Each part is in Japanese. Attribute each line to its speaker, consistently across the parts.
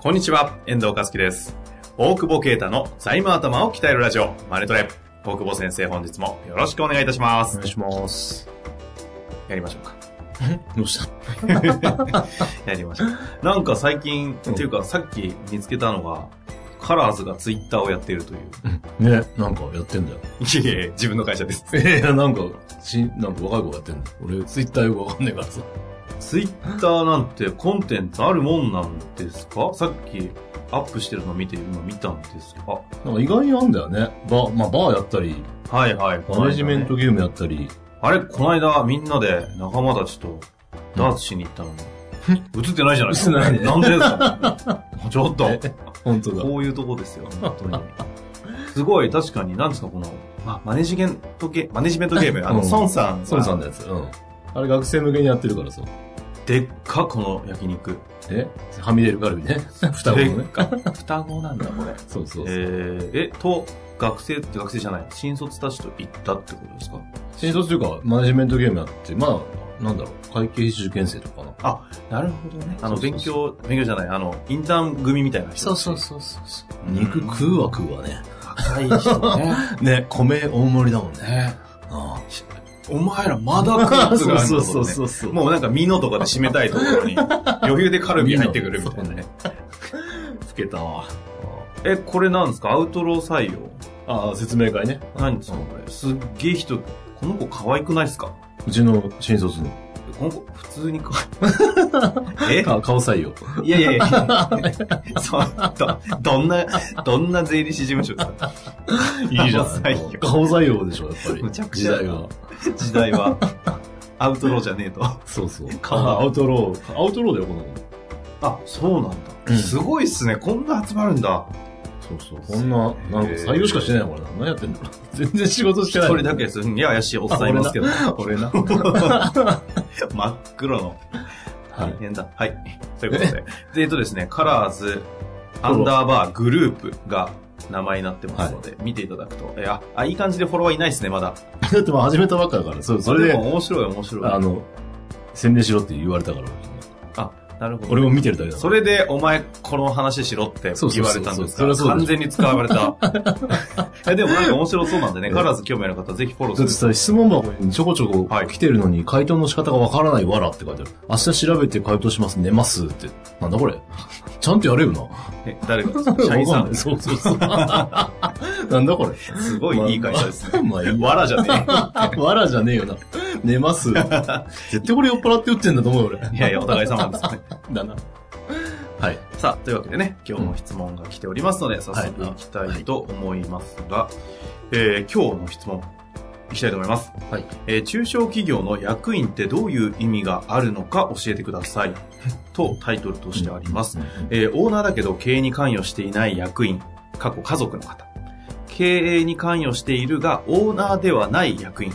Speaker 1: こんにちは、遠藤和樹です。大久保啓太の財務頭を鍛えるラジオ、マネトレ。大久保先生、本日もよろしくお願いいたしま
Speaker 2: お
Speaker 1: す
Speaker 2: 願い。します。
Speaker 1: やりましょうか。
Speaker 2: どうした
Speaker 1: やりましょう。なんか最近、
Speaker 2: うん
Speaker 1: っていうかさっき見つけたのが、カラーズがツイッターをやってい るという。
Speaker 2: ね、なんかやってんだよ。
Speaker 1: いえいえ、自分の会社です。
Speaker 2: いやいや、なんか、し、なんか若い子がやってんだよ。俺、ツイッターよくわかんないからさ。
Speaker 1: ツイッターなんてコンテンツあるもんなんですかさっきアップしてるの見て、今見たんですか
Speaker 2: なんか意外にあんだよね。バー、まあバーやったり、
Speaker 1: あはいはい。
Speaker 2: マネジメン
Speaker 1: こ
Speaker 2: ト
Speaker 1: の間ね
Speaker 2: ゲームやったり、
Speaker 1: あれ、この間みんなで仲間たちとダーツしに行ったのに、映ってないじゃないですか。
Speaker 2: 映って
Speaker 1: なんでです かちょっと、
Speaker 2: 本当だ。
Speaker 1: こういうとこですよ、本当に。すごい、確かに、なんですか、この、まマネジメントゲマネジメントゲーム、あの、
Speaker 2: うん
Speaker 1: 孫さんが。
Speaker 2: 孫さんのやつ。うん。あれ学生向けにやってるからさ。
Speaker 1: でっか、この焼肉。
Speaker 2: えはみ出るカ ルビね。双子の
Speaker 1: でっ
Speaker 2: ね。
Speaker 1: か。双子なんだ、これ。
Speaker 2: そうそう
Speaker 1: え
Speaker 2: そ
Speaker 1: ー、
Speaker 2: う。
Speaker 1: え、と、学生って学生じゃない、新卒たちと行ったってことですか
Speaker 2: 新卒というか、マネジメントゲームやって、まあ、なんだろう、会計受験生とかかな。
Speaker 1: なるほどね。あの、
Speaker 2: そうそう
Speaker 1: 勉強、勉強じゃない、あの、インターン組みたいな人たち。
Speaker 2: そうそうそううん肉食うわ食うわね。
Speaker 1: 高い人ね。
Speaker 2: ね、米大盛りだもんね。
Speaker 1: ね
Speaker 2: ああ
Speaker 1: お前らまだカツがあるんだもんね
Speaker 2: う そう
Speaker 1: もうなんかミノとかで締めたいとこ ろに、余裕でカルビ入ってくるみたいなね。
Speaker 2: つけたわ。
Speaker 1: え、これなんですかアウトロー採用。
Speaker 2: ああ、説明会ね。
Speaker 1: 何ですかこれ。すっげえ人、この子可愛くないですか
Speaker 2: うちの新卒の。
Speaker 1: この子、普通に可 愛い。え
Speaker 2: か顔採 用。
Speaker 1: いやいやいや。 そう、ど、どんな、どんな税理士事務所ですか
Speaker 2: いいじゃん。
Speaker 1: 顔採用
Speaker 2: 顔採用でしょ、やっぱり。
Speaker 1: むちゃくちゃ
Speaker 2: 時代が。
Speaker 1: 時代は。アウトローじゃねえと。
Speaker 2: そうそう。
Speaker 1: 顔
Speaker 2: あアウトロー。アウトローだよ、この子。
Speaker 1: あ、そうなんだ。
Speaker 2: うん
Speaker 1: すごいっすね。こんな集まるんだ。
Speaker 2: そうそう。こんな、なんか採用しかしてないのかな。何やってんだろう。 全然仕事して
Speaker 1: 一
Speaker 2: ない。
Speaker 1: 人だけすんげえ怪しいおっさんい ますけど。
Speaker 2: 俺な。
Speaker 1: 真っ黒の。
Speaker 2: は
Speaker 1: 大
Speaker 2: い。
Speaker 1: 変だ。はい。 ということで。で、えっとですね、カラーズ、アンダーバー、グループが名前になってますので、見ていただくと。え、あ、あいい感じでフォロワーいないですね、まだ。
Speaker 2: だってまあ始めたばっかだから、そそ
Speaker 1: それ
Speaker 2: れ
Speaker 1: で
Speaker 2: で、
Speaker 1: も面白い、面白い。
Speaker 2: あ
Speaker 1: あ
Speaker 2: の、宣伝しろって言われたから、
Speaker 1: なるほど。
Speaker 2: 俺も見てるだけだから。
Speaker 1: それで、お前、この話しろって
Speaker 2: そう
Speaker 1: 言
Speaker 2: そう
Speaker 1: わ
Speaker 2: そ
Speaker 1: れ
Speaker 2: う
Speaker 1: たんです
Speaker 2: そ
Speaker 1: か
Speaker 2: りゃそうだよ
Speaker 1: 完全に使われた。 え、でもなんか面白そうなんでね、カラーズ興味ある方、ぜひフォロー
Speaker 2: だって
Speaker 1: する。
Speaker 2: さ、質問箱にちょこちょこ
Speaker 1: はい
Speaker 2: 来てるのに、回答の仕方がわからないわらって書いてある。明日調べて回答します、寝ますって。なんだこれ ちゃんとやれよな。
Speaker 1: え誰 が社員さ
Speaker 2: わか
Speaker 1: ん
Speaker 2: ない。そうそう そう。なんだこれす
Speaker 1: すごいいい会社です ね。
Speaker 2: ね。まあいい
Speaker 1: わらじゃね
Speaker 2: わらじゃねえよな。寝ます。絶対これ酔っ払って打ってんだと思うよ、俺。
Speaker 1: え。いやいや、お互い様ですね。
Speaker 2: だな。はい。
Speaker 1: さあ、というわけでね、今日も質問が来ておりますので、早速いきたいと思いますが、えー今日の質問、いきたいと思います。
Speaker 2: はい。
Speaker 1: えー中小企業の役員ってどういう意味があるのか教えてください。と、タイトルとしてあります。えーオーナーだけど経営に関与していない役員、過去家族の方。経営に関与しているが、オーナーではない役員、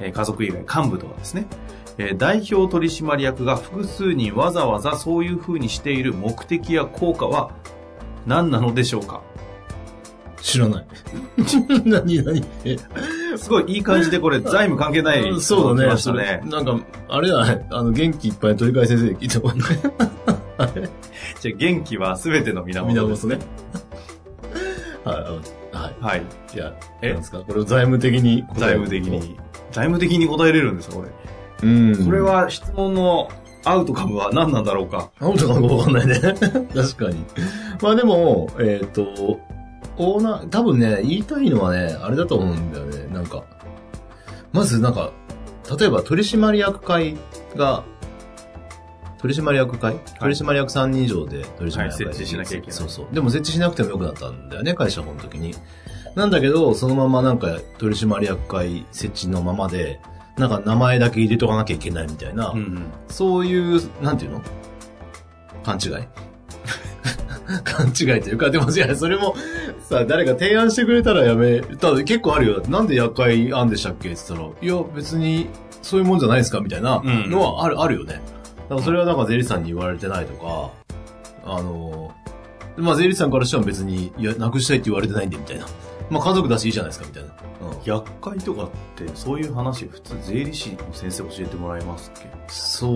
Speaker 1: えー家族以外幹部とかですね。えー代表取締役が複数人わざわざそういう風にしている目的や効果は何なのでしょうか
Speaker 2: 知らない。 何何え、
Speaker 1: すごいいい感じでこれ財務関係ない、
Speaker 2: そうだ
Speaker 1: 来
Speaker 2: ね。
Speaker 1: ました
Speaker 2: それ
Speaker 1: ね。
Speaker 2: なんか、あれだね。あの、元気いっぱい取り返せ先生に聞いてもらって
Speaker 1: じゃあ元気は全ての源ですね。。
Speaker 2: はいあの。はい。
Speaker 1: はい。
Speaker 2: いや、
Speaker 1: え
Speaker 2: なんですかこれを財務的に。
Speaker 1: 財務的。に。財務的に答えれるんですかこれ。
Speaker 2: うん。
Speaker 1: これ、は質問のアウトカムは何なんだろうか
Speaker 2: なんとかわかんないね。 確かに。まあでも、えっ、と、オーナー、多分ね、言いたいのはね、あれだと思うんだよね。なんか、まずなんか、例えば取締役会が、取締役会、取締役3人以上で取締役会、
Speaker 1: はい設置しなきゃいけない
Speaker 2: そうそう。でも設置しなくてもよくなったんだよね、会社この時に。なんだけど、そのままなんか取締役会設置のままで、なんか名前だけ入れとかなきゃいけないみたいな、
Speaker 1: うんうん
Speaker 2: そういう、なんていうの勘違い 勘違いというか、でもじゃあそれも、さ、誰か提案してくれたらやめ、ただ結構あるよ。なんで厄介案でしたっけって言ったら、いや、別にそういうもんじゃないですかみたいな
Speaker 1: うん
Speaker 2: のはある、あるよね。だからそれはなんか税理士さんに言われてないとか、あの、まあ税理士さんからしても別に、いや、なくしたいって言われてないんでみたいな。まあ家族だしいいじゃないですかみたいな。うん
Speaker 1: 厄介とかって、そういう話、普通税理士の先生教えてもらえますっけ
Speaker 2: そ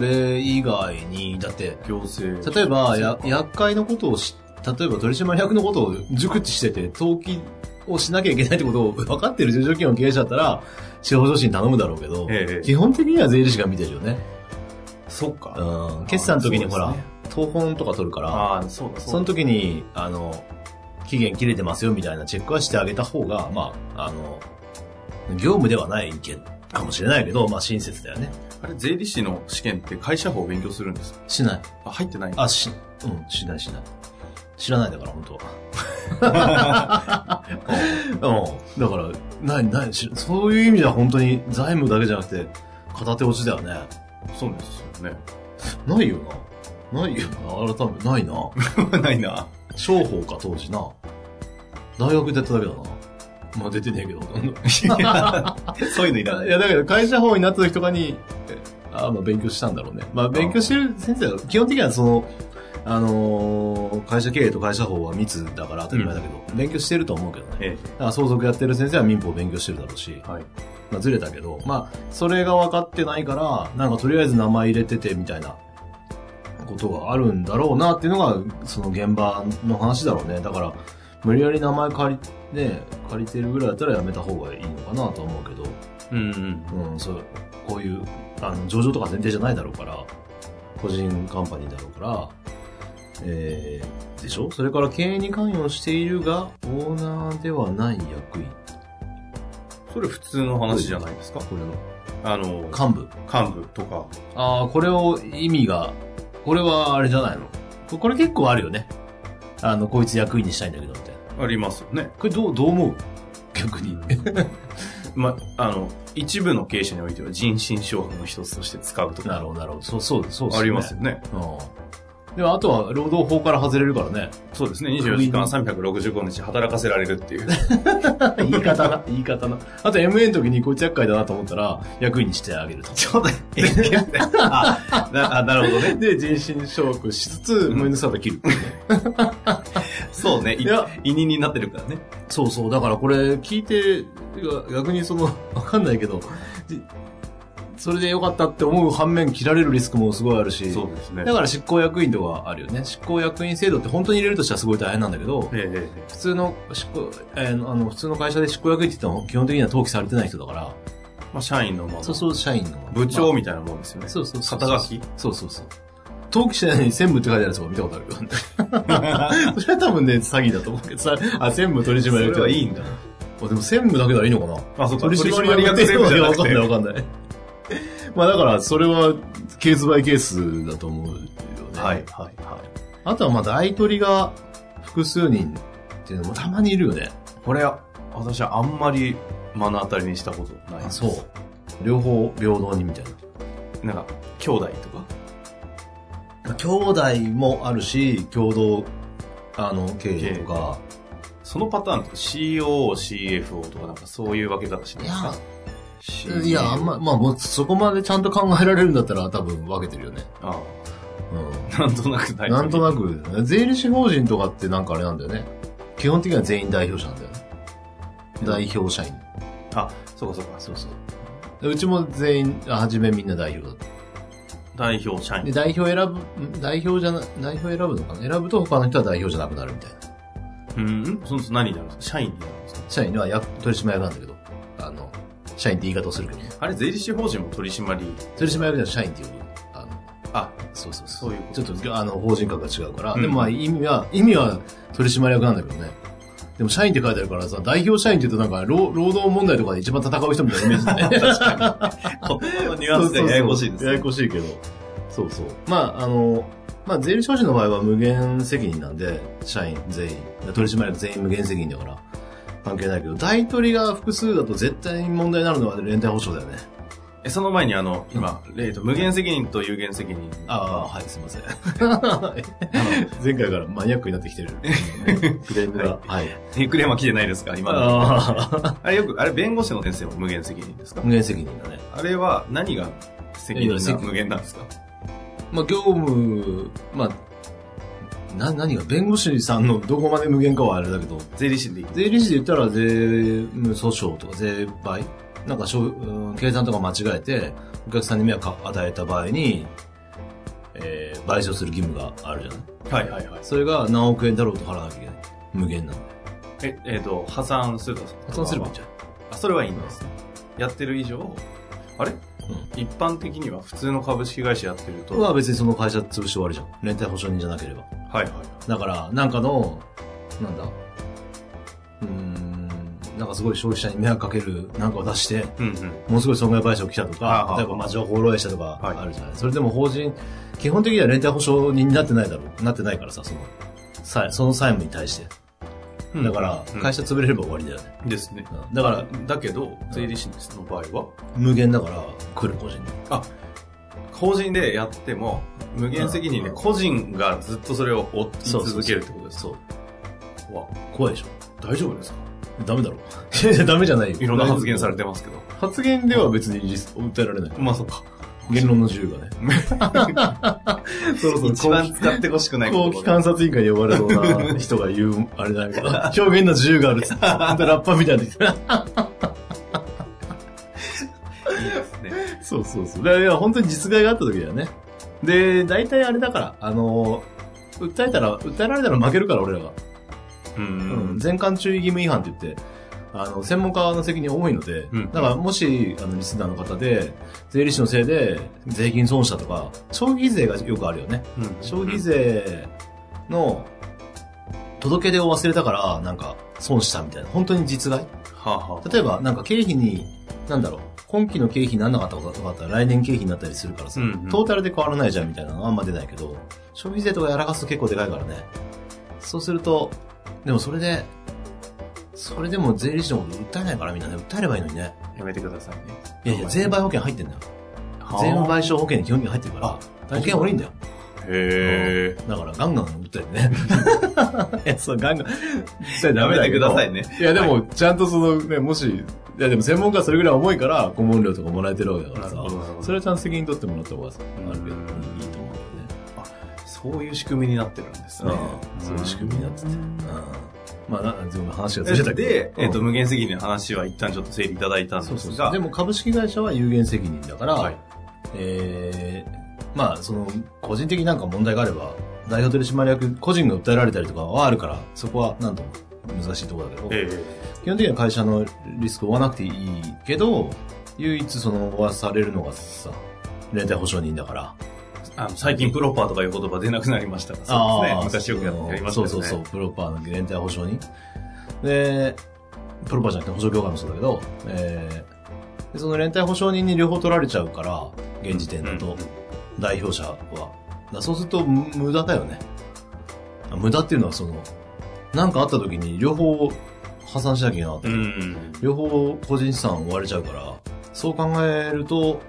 Speaker 2: れ以外に、だって、
Speaker 1: 行政。
Speaker 2: 例えば、
Speaker 1: そう
Speaker 2: や
Speaker 1: か、
Speaker 2: 厄介のことをし、例えば取締役のことを熟知してて、登記をしなきゃいけないってことを分かってる中小企業の経営者だったら、司法書士に頼むだろうけど、
Speaker 1: ええ
Speaker 2: 基本的には税理士が見てるよね。
Speaker 1: そっか。
Speaker 2: うん。決算の時にほら、
Speaker 1: そうですね
Speaker 2: 東本とか取るから、
Speaker 1: ああ、そうだ、そうだ。
Speaker 2: その時に、あの、期限切れてますよみたいなチェックはしてあげた方が、まあ、あの、業務ではない意見かもしれないけど、まあ親切だよね。
Speaker 1: あれ、税理士の試験って会社法を勉強するんですか
Speaker 2: しない。
Speaker 1: あ、入ってない
Speaker 2: あ、し、うん、しないしない。知らないんだから、本当は。うん、だから、ない、ない、しそういう意味では本当に財務だけじゃなくて、片手落ちだよね。
Speaker 1: そうですよね。
Speaker 2: ないよな。ないよな。改めて、ないな。
Speaker 1: ない な。
Speaker 2: 商法か、当時な。大学でやっただけだな。まあ、出てねえけど。
Speaker 1: そういうのいらないい。
Speaker 2: や、だけど会社法になった時とかに、えあまあ勉強したんだろうね。まあ勉強してる先生は、基本的にはその、あのー会社経営と会社法は密だから当たり前だけど、勉強してると思うけどね。
Speaker 1: え
Speaker 2: だから相続やってる先生は民法を勉強してるだろうし
Speaker 1: え、はい。
Speaker 2: まあずれたけど、まあそれが分かってないから、なんかとりあえず名前入れててみたいなことがあるんだろうなっていうのが、その現場の話だろうね。だから、無理やり名前借り、ね、借りてるぐらいだったらやめた方がいいのかなと思うけど、
Speaker 1: うんうん。
Speaker 2: うん、そう、こういう、あの、上場とか前提じゃないだろうから、個人カンパニーだろうから、えー、でしょそれから経営に関与しているが、オーナーではない役員。
Speaker 1: それ普通の話じゃないですか
Speaker 2: これの
Speaker 1: あの、
Speaker 2: 幹部。
Speaker 1: 幹部とか。
Speaker 2: ああ、これを意味が、これはあれじゃないのここれ結構あるよね。あの、こいつ役員にしたいんだけど、みたいな。
Speaker 1: ありますよね。
Speaker 2: これどう、どう思う逆に。
Speaker 1: ま、あの、一部の経営者においては人心掌握の一つとして使うとか。
Speaker 2: なるほど、なるほど。そう、そう、そうっ
Speaker 1: ありますよね。
Speaker 2: うん。でも、あとは、労働法から外れるからね。
Speaker 1: そうですね。24時間365日働かせられるって いう。
Speaker 2: 言い方な、言い方な。あと MA の時にこいつ厄介だなと思ったら、役員にしてあげると。
Speaker 1: ちょうどいい。 あなあなるほどね。
Speaker 2: で、人心掌握しつつ、
Speaker 1: ん
Speaker 2: ムイヌサダ 切る。
Speaker 1: そうね。い
Speaker 2: いや
Speaker 1: 委任になってるからね。
Speaker 2: そうそう。だからこれ聞いて、逆にその、わかんないけど、じそれでよかったって思う反面、切られるリスクもすごいあるし、
Speaker 1: そうですね。
Speaker 2: だから執行役員とかあるよね。執行役員制度って本当に入れるとしたらすごい大変なんだけど、
Speaker 1: ええええ
Speaker 2: 普通の執行、えーあの、普通の会社で執行役員って言っても基本的には登記されてない人だから、
Speaker 1: まあ、社員のまま
Speaker 2: そうそう、社員の。
Speaker 1: 部
Speaker 2: まあ
Speaker 1: 長みたいなもんですよね。
Speaker 2: そうそうそう。
Speaker 1: 肩書き
Speaker 2: そうそうそう。登記してないのに専務って書いてあるやつも見たことある よ。 それは多分ね、詐欺だと思うけどさ、あ、専務取締役
Speaker 1: それはいいんだ。
Speaker 2: あでも専務だけならいいのかな
Speaker 1: あ、そうか。
Speaker 2: 取
Speaker 1: 取
Speaker 2: 締
Speaker 1: 締
Speaker 2: 役
Speaker 1: 役
Speaker 2: 制
Speaker 1: 制度
Speaker 2: 度
Speaker 1: じゃ
Speaker 2: じゃ
Speaker 1: な
Speaker 2: わか
Speaker 1: く
Speaker 2: んない
Speaker 1: て。
Speaker 2: わかん ない。まあだから、それはケースバイケースだと思うよね。
Speaker 1: はい、。はい、はい。
Speaker 2: あとはまあ大取りが複数人っていうのもたまにいるよね。
Speaker 1: これは、私はあんまり目の当たりにしたことないです。
Speaker 2: う。両方平等にみたいな。
Speaker 1: なんか、兄弟とか。
Speaker 2: まあ兄弟もあるし、共同、あの、経営とか。
Speaker 1: そのパターンとか CO、CFO とかなんかそういう分け方しないですか CEO
Speaker 2: いや、あんま、まあもうそこまでちゃんと考えられるんだったら多分分けてるよね。
Speaker 1: あ
Speaker 2: う
Speaker 1: あなんとなくない。
Speaker 2: ん。なんとなく、税理士法人とかってなんかあれなんだよね。基本的には全員代表者なんだよね。代表社員。
Speaker 1: あ、そうかそうか。そうそう。
Speaker 2: うちも全員、あ初めみんな代表だっ
Speaker 1: 代表社
Speaker 2: た。で、
Speaker 1: 員。
Speaker 2: 代表選ぶ、ん代表じゃな、代表選ぶのかな選ぶと他の人は代表じゃなくなるみたいな。
Speaker 1: うん。そのそ何になるんですか社員になるんですか
Speaker 2: 社員には役取締役なんだけど、あの、社員って言い方をするけどね。
Speaker 1: あれ、税理士法人も取締り。
Speaker 2: 取締役では社員って呼ぶ。あの、
Speaker 1: あ、
Speaker 2: そうそうそ。
Speaker 1: そうういうこ
Speaker 2: ち
Speaker 1: と。
Speaker 2: ょっと、あの、法人格が違うから、
Speaker 1: うん
Speaker 2: でもまあ意味は、意味は取締役なんだけどね。でも社員って書いてあるからさ、代表社員って言うとなんか労、労働問題とかで一番戦う人みたいなイメージだ ね。
Speaker 1: このニュアンスがややこしいです
Speaker 2: や
Speaker 1: ね
Speaker 2: や。こしいけど。そうそう。まあ、あの、まあ、税理士法人の場合は無限責任なんで、社員全員、取締役全員無限責任だから、関係ないけど、大取りが複数だと絶対に問題になるのは連帯保証だよね。
Speaker 1: えその前にあの、今、えっと、無限責任と有限責任。
Speaker 2: ああ、はい、す いません。前回からマニアックになってきてる。クレームが。はい。
Speaker 1: えクレーム は来てないですか今の。
Speaker 2: ああ、
Speaker 1: あれよく、あれ弁護士の先生も無限責任ですか
Speaker 2: 無限責任だね。
Speaker 1: あれは何が責任
Speaker 2: いや責
Speaker 1: が
Speaker 2: 任
Speaker 1: 無限なんですか
Speaker 2: まあ、業務、まあ、な、何が、弁護士さんのどこまで無限かはあれだけど、
Speaker 1: 税理士でいい
Speaker 2: 税理士で言ったら税務訴訟とか税賠なんかしょ、うん計算とか間違えて、お客さんに迷惑を与えた場合に、えー賠償する義務があるじゃない
Speaker 1: はいはいはい。
Speaker 2: それが何億円だろうと払わなきゃいけない。無限なの。
Speaker 1: え、えっ、と、破産すると。
Speaker 2: そうすればいいんじゃない
Speaker 1: あ、それはいいんです。やってる以上、あれ、一般的には普通の株式会社やってると。
Speaker 2: まあ別にその会社潰して終わりじゃん。連帯保証人じゃなければ。
Speaker 1: はいはい。
Speaker 2: だから、なんかの、なんだ、うーん、なんかすごい消費者に迷惑かけるなんかを出して、
Speaker 1: うんうん。
Speaker 2: ものすごい損害賠償来たと
Speaker 1: あ
Speaker 2: か
Speaker 1: あ、
Speaker 2: 例えば、まあ、情報漏洩したとか
Speaker 1: はい
Speaker 2: あるじゃない、それでも法人、基本的には連帯保証人になってないだろう。なってないからさ、その、債その債務に対して。
Speaker 1: うん
Speaker 2: だから
Speaker 1: うん、
Speaker 2: 会社潰れれば終わりだよね。
Speaker 1: ですね。
Speaker 2: うんだから、
Speaker 1: だけど、税理士の場合は、
Speaker 2: 無限だから、来る個人に。
Speaker 1: 法人でやっても、無限責任で個人がずっとそれを追い
Speaker 2: そうそうそう
Speaker 1: 続けるってことです。
Speaker 2: そう。
Speaker 1: わ
Speaker 2: 怖いでしょ。
Speaker 1: 大丈夫ですか
Speaker 2: ダメだろ。 いやいや、ダメじゃないよ。
Speaker 1: いろんな発言されてますけど。
Speaker 2: 発言では別にリス訴えられない。
Speaker 1: まあそ っか。
Speaker 2: 言論の自由がね。そろそろ
Speaker 1: 一番使ってほしくない
Speaker 2: 後
Speaker 1: こ
Speaker 2: 期
Speaker 1: とだ
Speaker 2: 観察委員会に呼ばれそうな人が言う、あれだけ ど、表現の自由があるっ つって、ほんとラッパーみたいな。
Speaker 1: いいですね。
Speaker 2: そうそうそう。だからいや、本当に実害があった時だよね。で、大体あれだから、あの、訴えたら、訴えられたら負けるから、俺らが。
Speaker 1: う
Speaker 2: うん
Speaker 1: ん。。
Speaker 2: 全館注意義務違反って言って、あの、専門家の責任重いので、
Speaker 1: うん
Speaker 2: だからもし、あの、リスナーの方で、税理士のせいで、税金損したとか、消費税がよくあるよね。
Speaker 1: うん
Speaker 2: 消費税の届け出を忘れたから、なんか、損したみたいな。本当に実害
Speaker 1: はあ、はあ、
Speaker 2: 例えば、なんか経費に、なんだろう、今期の経費になんなかったこととかあったら来年経費になったりするからさ、
Speaker 1: うんうん
Speaker 2: トータルで変わらないじゃんみたいなのあんま出ないけど、消費税とかやらかすと結構でかいからね。そうすると、でもそれで、それでも税理士のこと訴えないからみんなね、訴えればいいのにね。
Speaker 1: やめてくださいね。
Speaker 2: いやいや、税賠保険入ってんだよ。
Speaker 1: はあ
Speaker 2: 税務賠償保険に基本的に入ってるから、保険悪いんだよ。
Speaker 1: へえ。
Speaker 2: だからガンガン訴 えてね。いや、そう、ガンガン。訴え
Speaker 1: やめてくださ
Speaker 2: い
Speaker 1: いね。
Speaker 2: いや、でも、ちゃんとその、ね、もし、いや、でも専門家はそれぐらい重いから、顧問料とかもらえてるわけだからさ、そ
Speaker 1: それ
Speaker 2: れはちゃんと責任取ってもらった方がさ
Speaker 1: ん
Speaker 2: あるけど、いいと思うよね。
Speaker 1: そういう仕組みになってるんですね。
Speaker 2: うんそういう仕組みになってて。うん。まあ、な全部話がずれたけど。
Speaker 1: で、えっと、
Speaker 2: うん
Speaker 1: 無限責任の話は一旦ちょっと整理いただいたん
Speaker 2: そう
Speaker 1: で
Speaker 2: そ
Speaker 1: す
Speaker 2: うそう。
Speaker 1: が
Speaker 2: で、も、株式会社は有限責任だから、
Speaker 1: はい
Speaker 2: えー、まあ、その、個人的になんか問題があれば、代表取締役、個人が訴えられたりとかはあるから、そこは、なんとも難しいところだけど、
Speaker 1: え
Speaker 2: 基本的には会社のリスクを負わなくていいけど、唯一その負わされるのがさ、連帯保証人だから。
Speaker 1: えあの最近プロパーとかいう言葉出なくなりましたが、そうですね。昔よくやってやりました
Speaker 2: そ
Speaker 1: よ
Speaker 2: う
Speaker 1: ね。
Speaker 2: そうそう、プロパーの連帯保証人。で、プロパーじゃなくて保証業界もそうだけど、えーでその連帯保証人に両方取られちゃうから、現時点だ
Speaker 1: うんう
Speaker 2: と
Speaker 1: ん、
Speaker 2: 代表者は。だからそうするとむ無駄だよね。あ無駄っていうのはその、なんかあった時に両方破産しなきゃいけなかった
Speaker 1: う
Speaker 2: り
Speaker 1: ん。
Speaker 2: 両方個人資産追われちゃうから、そう考えると、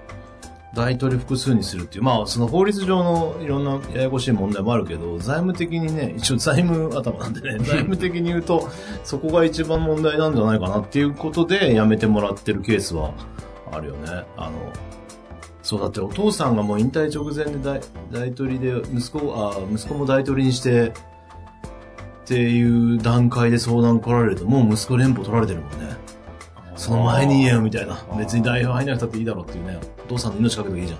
Speaker 2: 大取り複数にするっていう、まあ、その法律上のいろんなややこしい問題もあるけど、財務的にね、一応財務頭なんで ね、財務的に言うと、そこが一番問題なんじゃないかなっていうことで、やめてもらってるケースはあるよね。あの、そうだってお父さんがもう引退直前で大大取りで、息子を、あ息子も大取りにして、っていう段階で相談来られると、もう息子連邦取られてるもんね。その前に言えよみたいな
Speaker 1: あ。ー
Speaker 2: 別に代表入らなくたっていいだろうっていうね。お父さんの命かけてもいいじ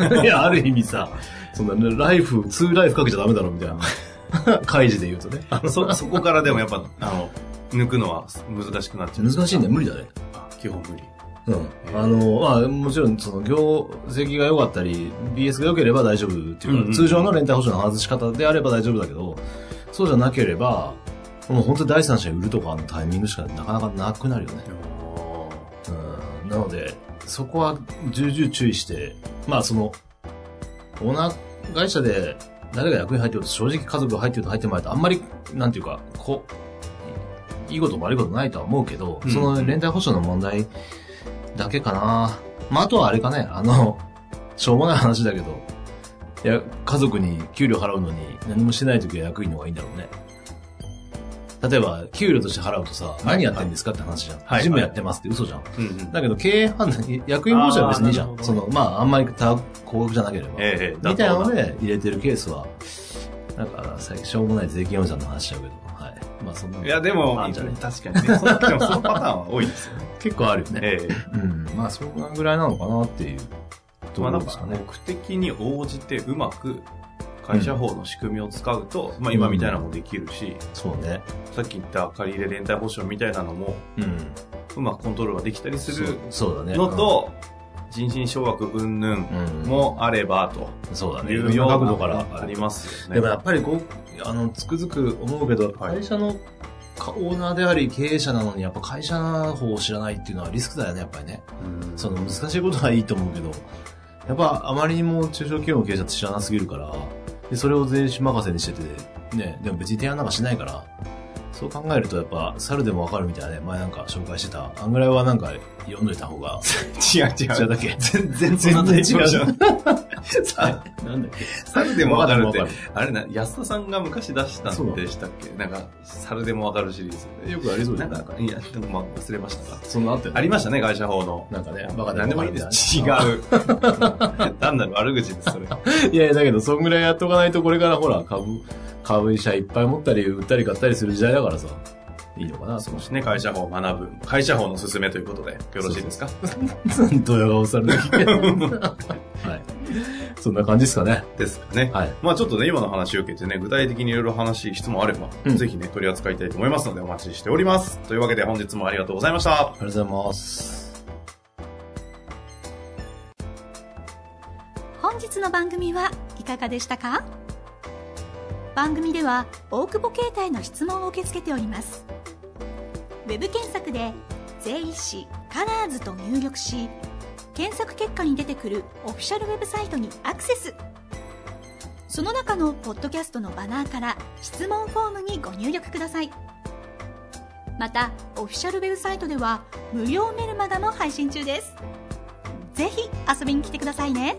Speaker 2: ゃん。い や、ある意味さ、そんなね、ライフ、ツーライフかけちゃダメだろみたいな。 開示で言うとね。
Speaker 1: あのそ、そこからでもやっぱ、あの、抜くのは難しくなっちゃう。
Speaker 2: 難しいんだよ、無理だね。
Speaker 1: あ基本無理。
Speaker 2: うん。あの、まあ、もちろん、その、業績が良かったり、BS が良ければ大丈夫っていうか、
Speaker 1: うんうん
Speaker 2: 通常の連帯保証の外し方であれば大丈夫だけど、そうじゃなければ、もう本当に第三者に売るとかのタイミングしかなかなかなくなるよね。うんなので、そこは重々注意して、まあその、オーナー会社で誰が役に入ってると正直家族が入ってると入ってもらえとあんまり、なんていうか、こいいことも悪いことないとは思うけど、
Speaker 1: うん
Speaker 2: その連帯保証の問題だけかな。まあ、あとはあれかね、あの、 しょうもない話だけど、いや、家族に給料払うのに何もしてない時は役員の方がいいんだろうね。例えば、給料として払うとさ、何やってんですかって話じゃん。
Speaker 1: はい
Speaker 2: ジムやってますって嘘じゃん。
Speaker 1: うんうん
Speaker 2: だけど、経営判断、役員報酬は別にいいじゃ
Speaker 1: あー
Speaker 2: ん。
Speaker 1: なるほ
Speaker 2: そ
Speaker 1: ど
Speaker 2: の、まあ、あんまり高額じゃなければ。
Speaker 1: ええ
Speaker 2: みたいなので入れてるケースは、なんか、最近しょうもない税金おじさんの話だけど、はい。まあ、そんなの。
Speaker 1: いや、でも、
Speaker 2: あん
Speaker 1: 確
Speaker 2: じ
Speaker 1: か
Speaker 2: ゃ
Speaker 1: に
Speaker 2: ない
Speaker 1: ね。そ のでもそのパターンは多いですよ ね。
Speaker 2: 結構あるよね。
Speaker 1: ええ
Speaker 2: うん。まあ、そんなぐらいなのかなっていう。と
Speaker 1: ま
Speaker 2: こ
Speaker 1: あな
Speaker 2: ろ
Speaker 1: ん
Speaker 2: です
Speaker 1: か
Speaker 2: かね。
Speaker 1: 目的に応じてうまく会社法の仕組みを使うと、まあ今みたいなのもできるし、
Speaker 2: そうね。
Speaker 1: さっき言った借り入れ連帯保証みたいなのも
Speaker 2: うん。
Speaker 1: うまくコントロールができたりする
Speaker 2: そうそうだね。
Speaker 1: の、と、人心掌握云々
Speaker 2: うん。
Speaker 1: もあれば
Speaker 2: そうだ
Speaker 1: と
Speaker 2: ね。
Speaker 1: い
Speaker 2: いうろん
Speaker 1: よ
Speaker 2: な
Speaker 1: うな
Speaker 2: 角度から
Speaker 1: ありますよ
Speaker 2: でも
Speaker 1: ね。
Speaker 2: やっぱりこう、あの、つくづく思うけど、
Speaker 1: はい
Speaker 2: 会社のかオーナーであり経営者なのに、やっぱ会社の方を知らないっていうのはリスクだよね、やっぱりね。
Speaker 1: うん
Speaker 2: その難しいことはいいと思うけど、やっぱあまりにも中小企業の経営者って知らなすぎるから、でそれを税理士任せにしてて、ね、でも別に提案なんかしないから、そう考えるとやっぱ猿でもわかるみたいなね、前なんか紹介してた、あんぐらいはなんか読んどいた方が、
Speaker 1: 違う違
Speaker 2: 違う
Speaker 1: う。
Speaker 2: だけ。
Speaker 1: 全然全然違うじゃん。
Speaker 2: さなんだっけ
Speaker 1: 猿でもわかるって
Speaker 2: わかる。
Speaker 1: あれな、安田さんが昔出したんでしたっけなんか、猿でもわかるシリーズで。
Speaker 2: よくありそうじ
Speaker 1: な
Speaker 2: ゃ
Speaker 1: ん
Speaker 2: ない
Speaker 1: か、いや、でもまあ忘れましたか。
Speaker 2: そんなあったよね
Speaker 1: ありましたね、会社法の。
Speaker 2: なんかね、バカ
Speaker 1: 何でもいいです。違う。 単なる悪口です、それ。
Speaker 2: いやいや、だけど、そんぐらいやっとかないと、これからほら、株、株社いっぱい持ったり、売ったり買ったりする時代だからさ、いいのかな、その
Speaker 1: ね、会社法を学ぶ。会社法のすすめということで、よろしいですか
Speaker 2: 人。 ドヤ顔されるだけ。 はい。そんな感じですかね。
Speaker 1: ですかね。
Speaker 2: はい。
Speaker 1: まあちょっとね、今の話を受けてね、具体的にいろいろ話、質問あれば、
Speaker 2: うん
Speaker 1: ぜひね、取り扱いたいと思いますので、お待ちしております。というわけで、本日もありがとうございました。
Speaker 2: ありがとうございます。
Speaker 3: 本日の番組はいかがでしたか番組では大久保携帯の質問を受け付けておりますウェブ検索で「税理士カラーズと入力し検索結果に出てくるオフィシャルウェブサイトにアクセスその中のポッドキャストのバナーから質問フォームにご入力くださいまたオフィシャルウェブサイトでは無料メルマガも配信中ですぜひ遊びに来てくださいね